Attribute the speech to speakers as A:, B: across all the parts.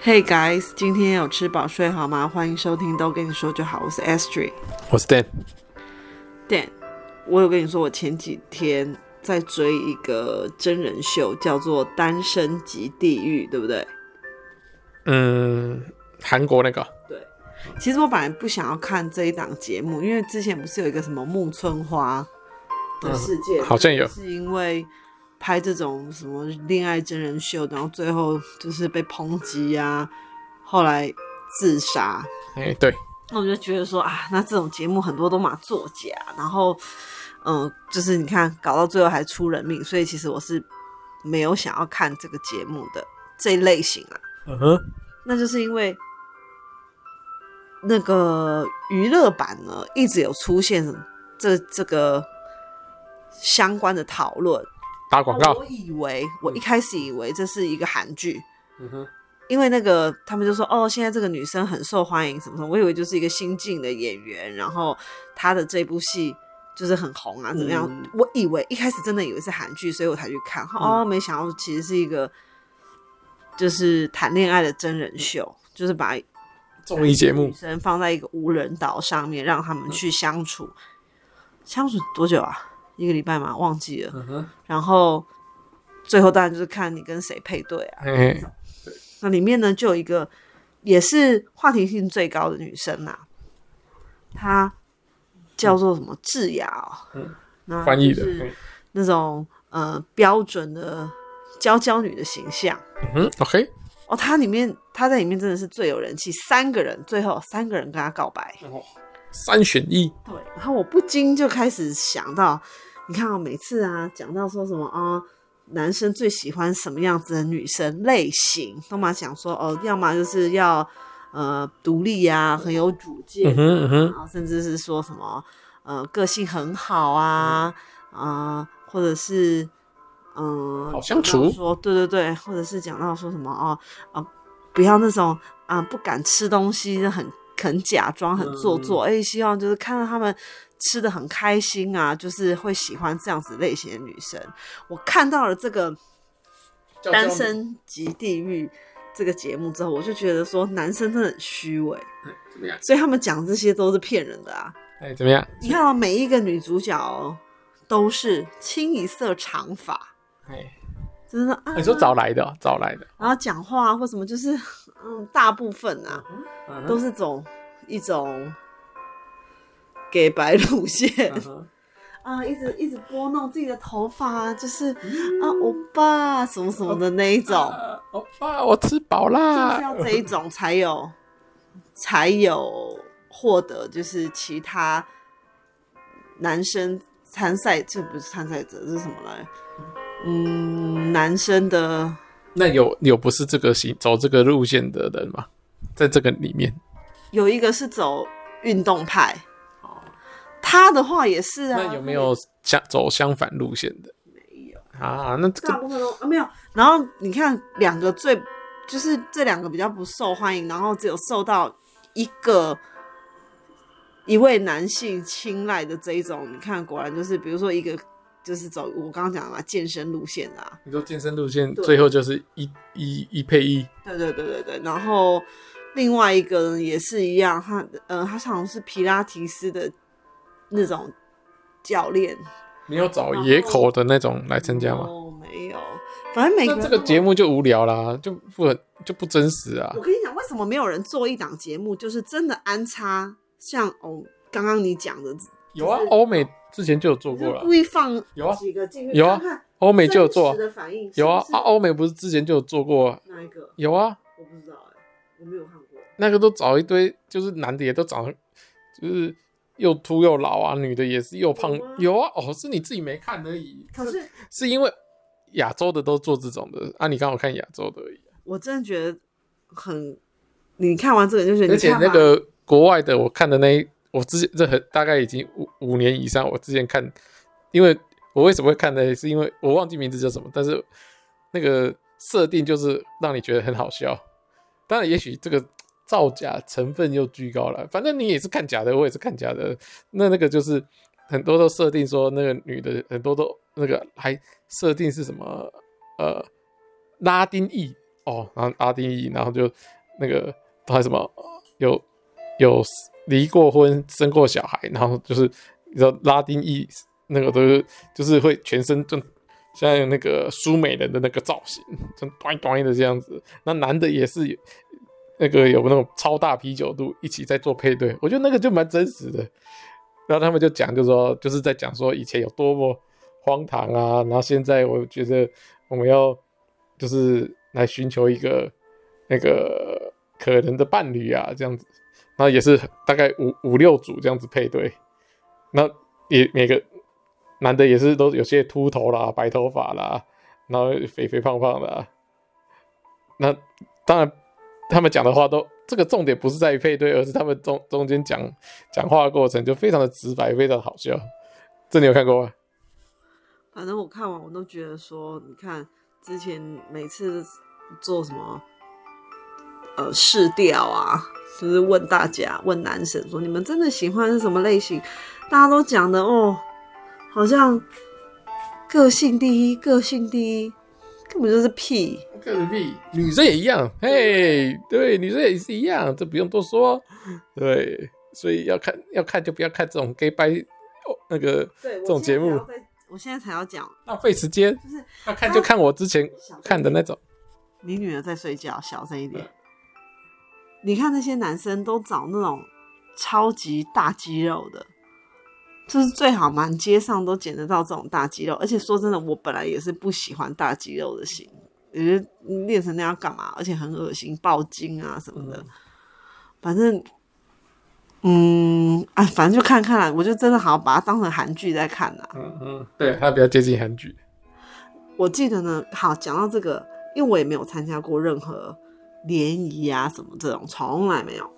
A: Hey guys，今天有吃饱睡好吗？欢迎收听，都跟你说就好。我是 Astrid
B: 我是 Dan，
A: Dan，我有跟你说，我前几天在追一个真人秀，叫做《单身即地狱》，对不对？
B: 嗯，韩国那个，
A: 对。其实我本来不想要看这一档节目，因为之前不是有一个什么木村花的事件，
B: 嗯好像有
A: 是因为拍这种什么恋爱真人秀，然后最后就是被抨击啊，后来自杀，
B: 哎、对，
A: 那我就觉得说啊，那这种节目很多都嘛作假，然后嗯、呃就是你看搞到最后还出人命，所以其实我是没有想要看这个节目的这一类型啊。
B: 嗯哼，
A: 那就是因为那个娱乐版呢，一直有出现这这个相关的讨论。
B: 打广告
A: 我，以为我一开始以为这是一个韩剧，
B: 嗯哼，
A: 因为那个他们就说哦，现在这个女生很受欢迎什么什么，我以为就是一个新晋的演员，然后她的这部戏就是很红啊，怎么样？
B: 嗯
A: 我以为一开始真的以为是韩剧，所以我才去看，哦，没想到其实是一个就是谈恋爱的真人秀，
B: 嗯
A: 就是把
B: 综艺节
A: 女
B: 目，
A: 生放在一个无人岛上面，让他
B: 嗯
A: 们去相处，相处多久啊？一个礼拜吗？忘记了。
B: 嗯哼，
A: 然后最后当然就是看你跟谁配对啊。
B: 哎、
A: 那里面呢就有一个也是话题性最高的女生呐、她叫做什么智雅哦，
B: 嗯
A: 那
B: 翻译的，嗯
A: 就是那种呃标准的娇娇女的形象
B: 嗯哼，OK，
A: 哦。她里面她在里面真的是最有人气，三个人最后三个人跟她告白，
B: 三选一，
A: 对，然后我不禁就开始想到，你看啊、每次啊讲到说什么啊、男生最喜欢什么样子的女生类型，都嘛想说哦，要么就是要呃独立呀、很有主见
B: 嗯，哼，嗯哼，
A: 然后甚至是说什么呃个性很好啊，啊、或者是嗯、
B: 好相
A: 讲到
B: 处
A: 说对对对，或者是讲到说什么哦啊、不要那种啊、不敢吃东西，很很假装很做作，哎、希望就是看到他们。吃的很开心啊，就是会喜欢这样子类型的女生。我看到了这个《单，身即地狱》这个节目之后，我就觉得说男生真的很虚伪，
B: 哎怎么样？
A: 所以他们讲这些都是骗人的啊。
B: 哎、怎么样？
A: 你看、哦，每一个女主角、哦、都是清一色长发，
B: 哎、
A: 就是说啊，
B: 你说早来的哦、早来的，
A: 然后讲话啊或什么，就是嗯，大部分啊
B: 嗯
A: 都是走一种给白路线
B: 嗯哼，
A: 啊，一直一直拨弄自己的头发啊，就是啊，欧巴什么什么的那一种，
B: 啊欧巴，我吃饱
A: 就是
B: 啦
A: 要，这一种才有才有获得，就是其他男生参赛，这不是参赛者，这是什么来？嗯，男生的
B: 那有有不是这个行走这个路线的人吗？在这个里面，
A: 有一个是走运动派，他的话也是啊，
B: 哦那有没有相走相反路线的？没有啊，那这
A: 大
B: 个
A: 部分都啊没有。然后你看两个最就是这两个比较不受欢迎，然后只有受到一个一位男性青睐的这一种，你看果然就是比如说一个就是走我刚刚讲的嘛健身路线的、啊，
B: 你说健身路线
A: 对
B: 最后就是一一一配一，
A: 对对对对对，然后。另外一个人也是一样，他呃，他好像是皮拉提斯的那种教练，
B: 没有找野口的那种来参加吗？
A: 哦，没有，反正每个
B: 那
A: 人
B: 这个
A: 都
B: 节目就无聊啦，就不很就不真实啊
A: 我。跟你讲，为什么没有人做一档节目，就是真的安插像哦，刚刚你讲的，
B: 有啊，欧美之前就有做过
A: 就
B: 了
A: 故，意放
B: 有啊
A: 几个进去，
B: 有啊
A: 看看
B: 欧美就有做
A: 真实，的反应
B: 有啊
A: 是不是
B: 啊，欧美不是之前就有做过，
A: 哪一个
B: 有啊，
A: 我不知道哎、我没有看过。
B: 那个都找一堆，就是男的也都长得，就是又秃又老啊，女的也是又胖
A: 有吗，
B: 有啊，哦，是你自己没看而已，
A: 可是
B: 是因为亚洲的都做这种的啊，你刚好看亚洲的而已，
A: 我真的觉得很，你看完这个就觉得，
B: 而且
A: 你看吧
B: 那个国外的，我看的那一，我之前这很大概已经五五年以上，我之前看，因为我为什么会看呢？是因为我忘记名字叫什么，但是那个设定就是让你觉得很好笑。当然，也许这个造假成分又居高了，反正你也是看假的，我也是看假的。那那个就是很多都设定说那个女的很多都那个还设定是什么呃拉丁裔哦，然后阿丁一，然后就那个他什么有有离过婚、生过小孩，然后就是你知道拉丁裔那个都是就是会全身就像那个苏美人的那个造型，就端端的这样子。那男的也是有那个有那种超大啤酒肚，一起在做配对，我觉得那个就蛮真实的。然后他们就讲，就说就是在讲说以前有多么荒唐啊，然后现在我觉得我们要就是来寻求一个那个可能的伴侣啊，这样子，然后也是大概五五六组这样子配对，那也每个男的也是都有些秃头啦、白头发啦，然后肥肥胖胖的啊、那当然他们讲的话都这个重点不是在于配对，而是他们中中间讲讲话的过程就非常的直白，非常好笑。这你有看过吗？
A: 反正我看完我都觉得说，你看之前每次做什么呃试调啊，就是问大家问男神说你们真的喜欢是什么类型，大家都讲的哦，好像个性第一，个性第一，根本就是屁。
B: 个人币，女生也一样，嘿，对，女生也是一样，这不用多说。对，所以要看要看就不要看这种 gay 掰哦那个
A: 对，
B: 这种节目
A: 我现在才要讲，
B: 浪费时间，
A: 就是
B: 要看就看我之前看的那种。
A: 你女儿在睡觉，小声一点。你看那些男生都找那种超级大肌肉的，就是最好满街上都捡得到这种大肌肉。而且说真的，我本来也是不喜欢大肌肉的型，我觉得练成那样干嘛？而且很恶心，爆筋啊什么的。反正，嗯，哎，反正就看看啦，我就真的好把它当成韩剧在看啦。
B: 嗯嗯，对，它比较接近韩剧。
A: 我记得呢，好讲到这个，因为我也没有参加过任何联谊啊什么这种，从来没有。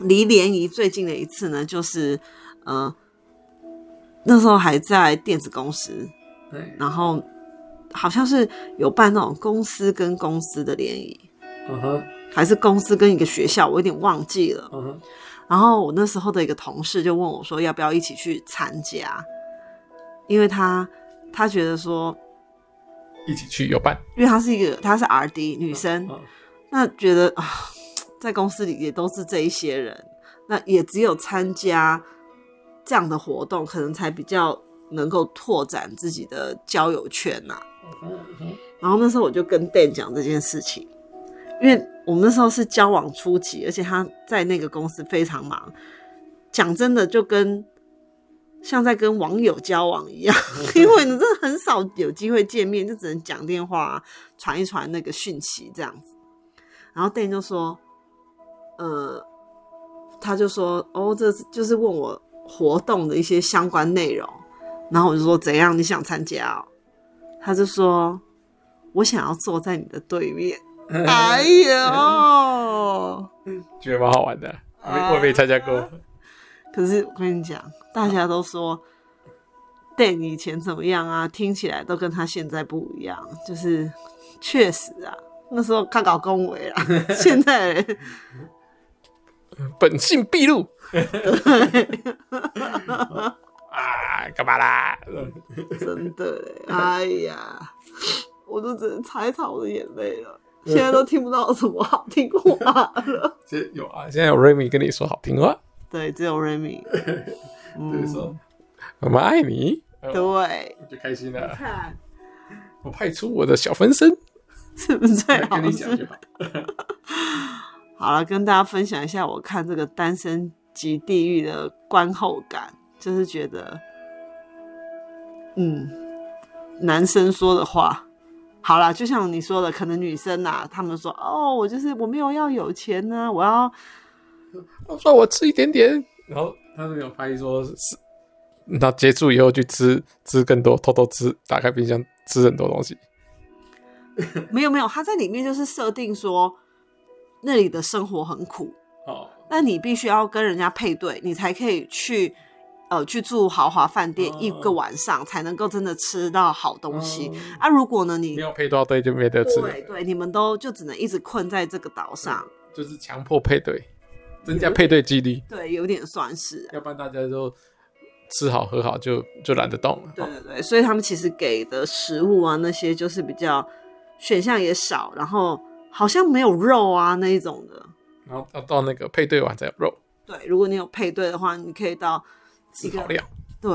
A: 离联谊最近的一次呢，就是呃那时候还在电子公司，
B: 对，
A: 然后好像是有办那种公司跟公司的联谊，
B: 嗯哼，
A: 还是公司跟一个学校，我有点忘记了。
B: 嗯哼，
A: 然后我那时候的一个同事就问我说要不要一起去参加，因为他他觉得说
B: 一起去有伴。
A: 因为她是一个她是 R D 女生，
B: 嗯
A: 那觉得啊， 在公司里也都是这一些人，那也只有参加这样的活动，可能才比较能够拓展自己的交友圈呐、
B: 嗯
A: 然后那时候我就跟 Dan 讲这件事情，因为我们那时候是交往初期，而且他在那个公司非常忙，讲真的就跟像在跟网友交往一样， 因为你真的很少有机会见面，就只能讲电话、啊传一传那个讯息这样子。然后 Dan 就说，呃，他就说，哦，这是就是问我活动的一些相关内容，然后我就说怎样你想参加、哦？他就说，我想要坐在你的对面。哎呦！
B: 觉得蛮好玩的。我也我也没参加过，
A: 可是我跟你讲，大家都说 Dan 以前怎么样啊？听起来都跟他现在不一样，就是确实啊，那时候看搞恭维啊，现在人
B: 本性毕 露。啊，干嘛啦？
A: 真的欸、哎呀，我都只能擦一擦我的眼泪了。现在都听不到什么好听话了。
B: 这有啊，现在有 Remy 跟你说好听话，
A: 对，只有 Remy。嗯
B: 就是说我们爱你，我
A: 对，
B: 就开心了。
A: 看
B: 我派出我的小分身
A: 是不是最
B: 来
A: 好
B: 跟你讲
A: 是
B: 就好。
A: 好了，跟大家分享一下我看这个《单身及地狱》的观后感，就是觉得，嗯，男生说的话，好啦，就像你说的，可能女生呐、他们说哦，我就是我没有要有钱呢、哦我要
B: 我说我吃一点点，然后他们有拍说是，那结束以后去吃吃更多，偷偷吃，打开冰箱吃很多东西。
A: 没有没有，他在里面就是设定说那里的生活很苦，
B: 哦，
A: 那你必须要跟人家配对，你才可以去呃去住豪华饭店
B: 哦
A: 一个晚上，才能够真的吃到好东西。
B: 嗯
A: 啊，如果呢你
B: 没有配到对就没得吃了，
A: 对对，你们都就只能一直困在这个岛上，
B: 就是强迫配对，增加配对几率，
A: 对，有点算是啊。
B: 要不然大家都吃好喝好就就懒得动了。
A: 对对对，所以他们其实给的食物啊那些就是比较选项也少，然后好像没有肉啊那一种的。
B: 然后要到那个配对完才有肉，
A: 对，如果你有配对的话，你可以到
B: 是
A: 一个
B: 好料
A: 对，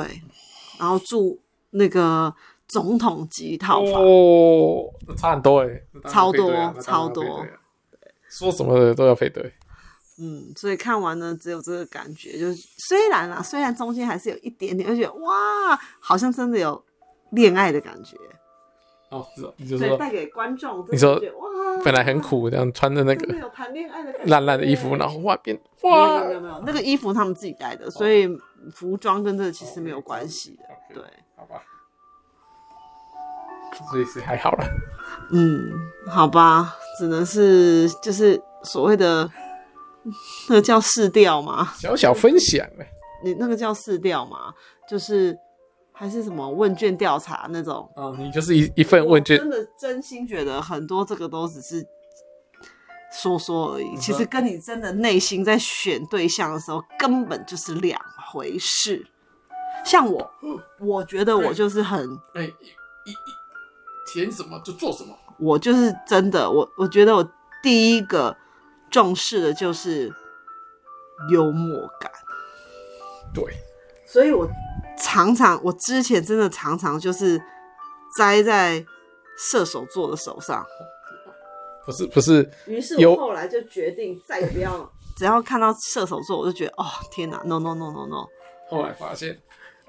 A: 然后住那个总统级套房。
B: 哦，那差很多哎、欸，
A: 超多
B: 那当然要配对啊那当然要
A: 超多
B: 配对啊说什么的都要配对，
A: 嗯，所以看完呢，只有这个感觉，就是虽然啊，虽然中间还是有一点点，就觉得哇，好像真的有恋爱的感觉，
B: 哦，是哦你就
A: 对，
B: 说
A: 带给观众真的
B: 你说
A: 觉得哇，
B: 本来很苦，这样穿着那
A: 真的
B: 个
A: 有谈恋爱的感觉
B: 烂烂的衣服，然后哇变哇
A: 哇，没有没有没有，哦那个衣服他们自己带的，所以服装跟这个其实哦没有关系的，对，
B: 好吧，所以是还好啦。
A: 嗯，好吧，只能是就是所谓的 那个叫试调嘛，
B: 小小分享啊呢，
A: 你那个叫试调嘛，就是还是什么问卷调查那种。
B: 嗯，你就是一一份问卷
A: 我真的真心觉得很多这个都只是说说而已，其实跟你真的内心在选对象的时候根本就是两回事。像我，嗯我觉得我就是很，
B: 哎、一一一填什么就做什么。
A: 我就是真的，我我觉得我第一个重视的就是幽默感。
B: 对，
A: 所以我常常，我之前真的常常就是栽在射手座的手上。
B: 不是不是，
A: 于是
B: 有
A: 我后来就决定再也不要， 只要看到射手座，我就觉得哦天哪，no no no no no，
B: 后来发现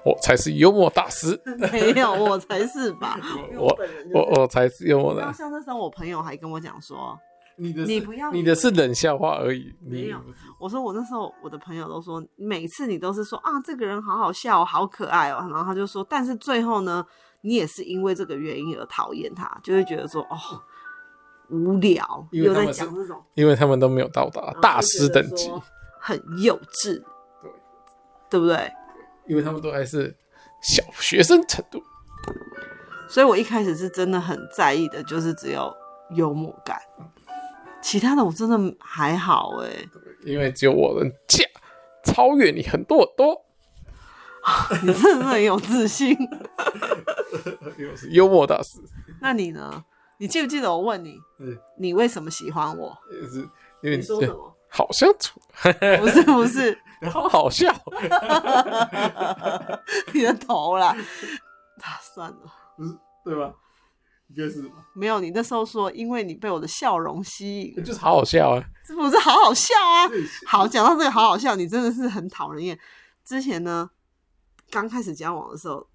B: 我才是幽默大师，
A: 没有我才是吧？ 因为
B: 我
A: 本 人就
B: 我我才是幽默
A: 然后
B: 的。
A: 像那时候我朋友还跟我讲说，
B: 你的
A: 你不要
B: 你的是冷笑话而已，
A: 没
B: 你
A: 有我说我那时候我的朋友都说，每次你都是说啊这个人好好笑哦，好可爱哦，然后他就说，但是最后呢，你也是因为这个原因而讨厌他，就会觉得说哦无聊，
B: 因为
A: 又
B: 他
A: 在
B: 们是
A: 讲这种
B: 因为他们都没有到达
A: 哦
B: 大师等级，，
A: 很幼稚，
B: 对
A: 对不对？
B: 因为他们都还是小学生程度。
A: 所以我一开始是真的很在意的，就是只有幽默感，其他的我真的还好哎、
B: 因为只有我能嫁，超越你很多很多。
A: 你真的是很有自信。
B: 又是幽默大师，
A: 那你呢？你记不记得我问你
B: 嗯，
A: 你为什么喜欢我？
B: 也是因为
A: 说什么？
B: 好相 处，
A: 不是不是，
B: 好好笑。
A: 你的头啦。啊，算了，
B: 对吧？应该是吧，
A: 没有。你那时候说，因为你被我的笑容吸引，
B: 就是好好笑啊。
A: 这不是好好笑啊？
B: 对
A: 好，讲到这个好好笑，你真的是很讨人厌。之前呢，刚开始交往的时候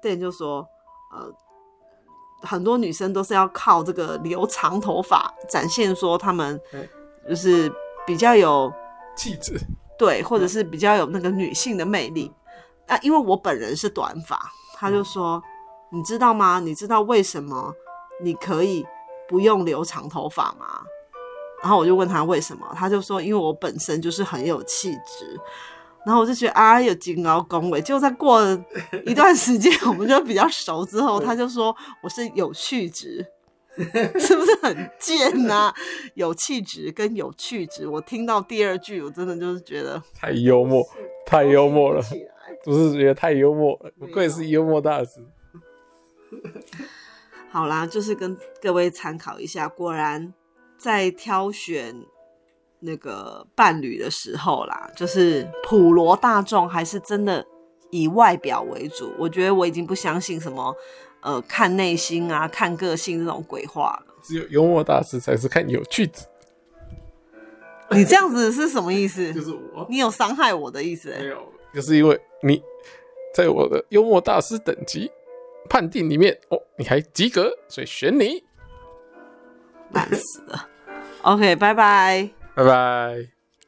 A: 店就说，呃，很多女生都是要靠这个留长头发展现说她们
B: 对
A: 就是比较有
B: 气质
A: 对，或者是比较有那个女性的魅力。啊，因为我本人是短发，他就说，你知道吗？你知道为什么你可以不用留长头发吗？然后我就问他为什么，他就说因为我本身就是很有气质。然后我就觉得啊，有金鳌恭维。结果在过了一段时间，我们就比较熟之后，他就说我是有趣值， 是不是很贱啊呐、有气质跟有趣值，我听到第二句，我真的就是觉得
B: 太幽默，太幽默了，
A: 起来
B: 不是觉得太幽默了，不
A: 没有
B: 愧是幽默大师。
A: 好啦，就是跟各位参考一下，果然在挑选那个伴侣的时候啦，就是普罗大众还是真的以外表为主。我觉得我已经不相信什么呃看内心啊、看个性这种鬼话了。
B: 只有幽默大师才是看有趣子，
A: 你这样子是什么意思？
B: 就是啊我
A: 你有伤害我的意思、欸？
B: 有，就是因为你在我的幽默大师等级判定里面，哦，你还及格，所以选你。
A: 烂死了。OK，拜拜。
B: 拜拜。